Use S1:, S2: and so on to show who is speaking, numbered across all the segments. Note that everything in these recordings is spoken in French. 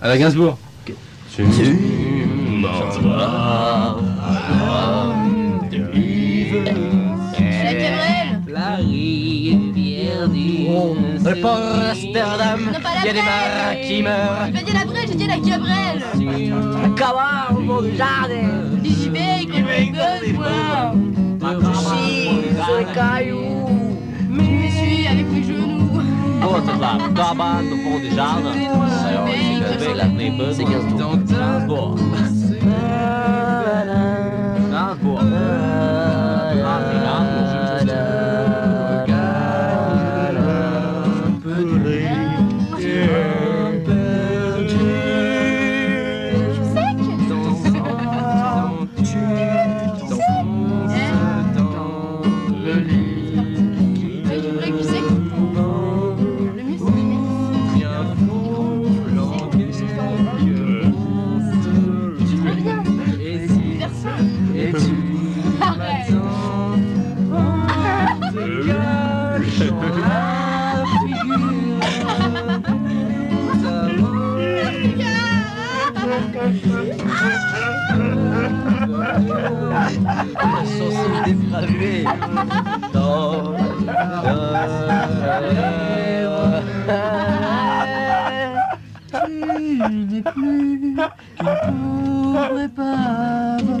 S1: À la Gainsbourg. Tu
S2: m'envoies
S3: La Cabrel
S4: La rivière
S5: Le pauvre Amsterdam,
S3: Non, pas la
S5: il y a des marins
S3: vraie.
S5: qui meurent.
S3: J'ai pas dit la vraie, j'ai dit la Cabrel euh.
S4: Comment au monde du jardin
S3: Les gibets, qu'on me moi
S4: Touché sur les cailloux
S3: Je me suis avec mes genoux
S5: Oh, toute la cabane au fond du jardin. Alors, si je vais la tenir bonne, c'est Gainsbourg. Dans le bois. Dans le bois. Dans le bois, juste.
S3: hein, Ouais, je voulais que tu sais que le mieux c'est de mettre- Tu peux rien. Personne. Arrête.
S5: Saucisse dépravée. Dans le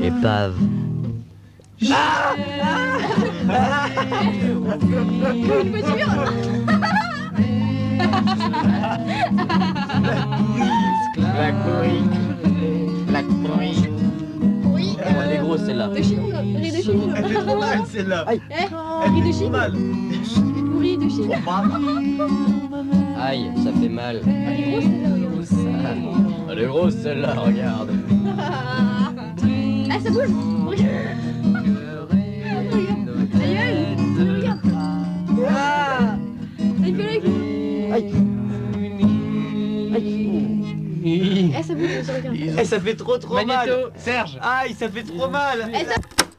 S4: Épave
S3: Une voiture.
S5: La couille. La couille.
S3: Oui.
S5: Ouais, Elle est grosse celle-là.
S3: De Chine. euh, Riz de Chine.
S2: Elle fait trop mal celle-là.
S3: Eh, riz de
S2: Trop
S3: Chine.
S2: mal.
S3: Riz de Chine.
S5: Aïe, ça fait mal.
S3: Elle est grosse, celle-là, regarde.
S5: Elle est grosse celle-là, regarde.
S3: Ah, ça bouge. Regarde. Regarde. Ta gueule. Regarde. Elle fait le- Eh, ça bouge, regarde.
S2: Eh, ça fait trop trop mal.
S5: Serge
S2: Aïe, ça fait trop mal.
S3: Eh, ça-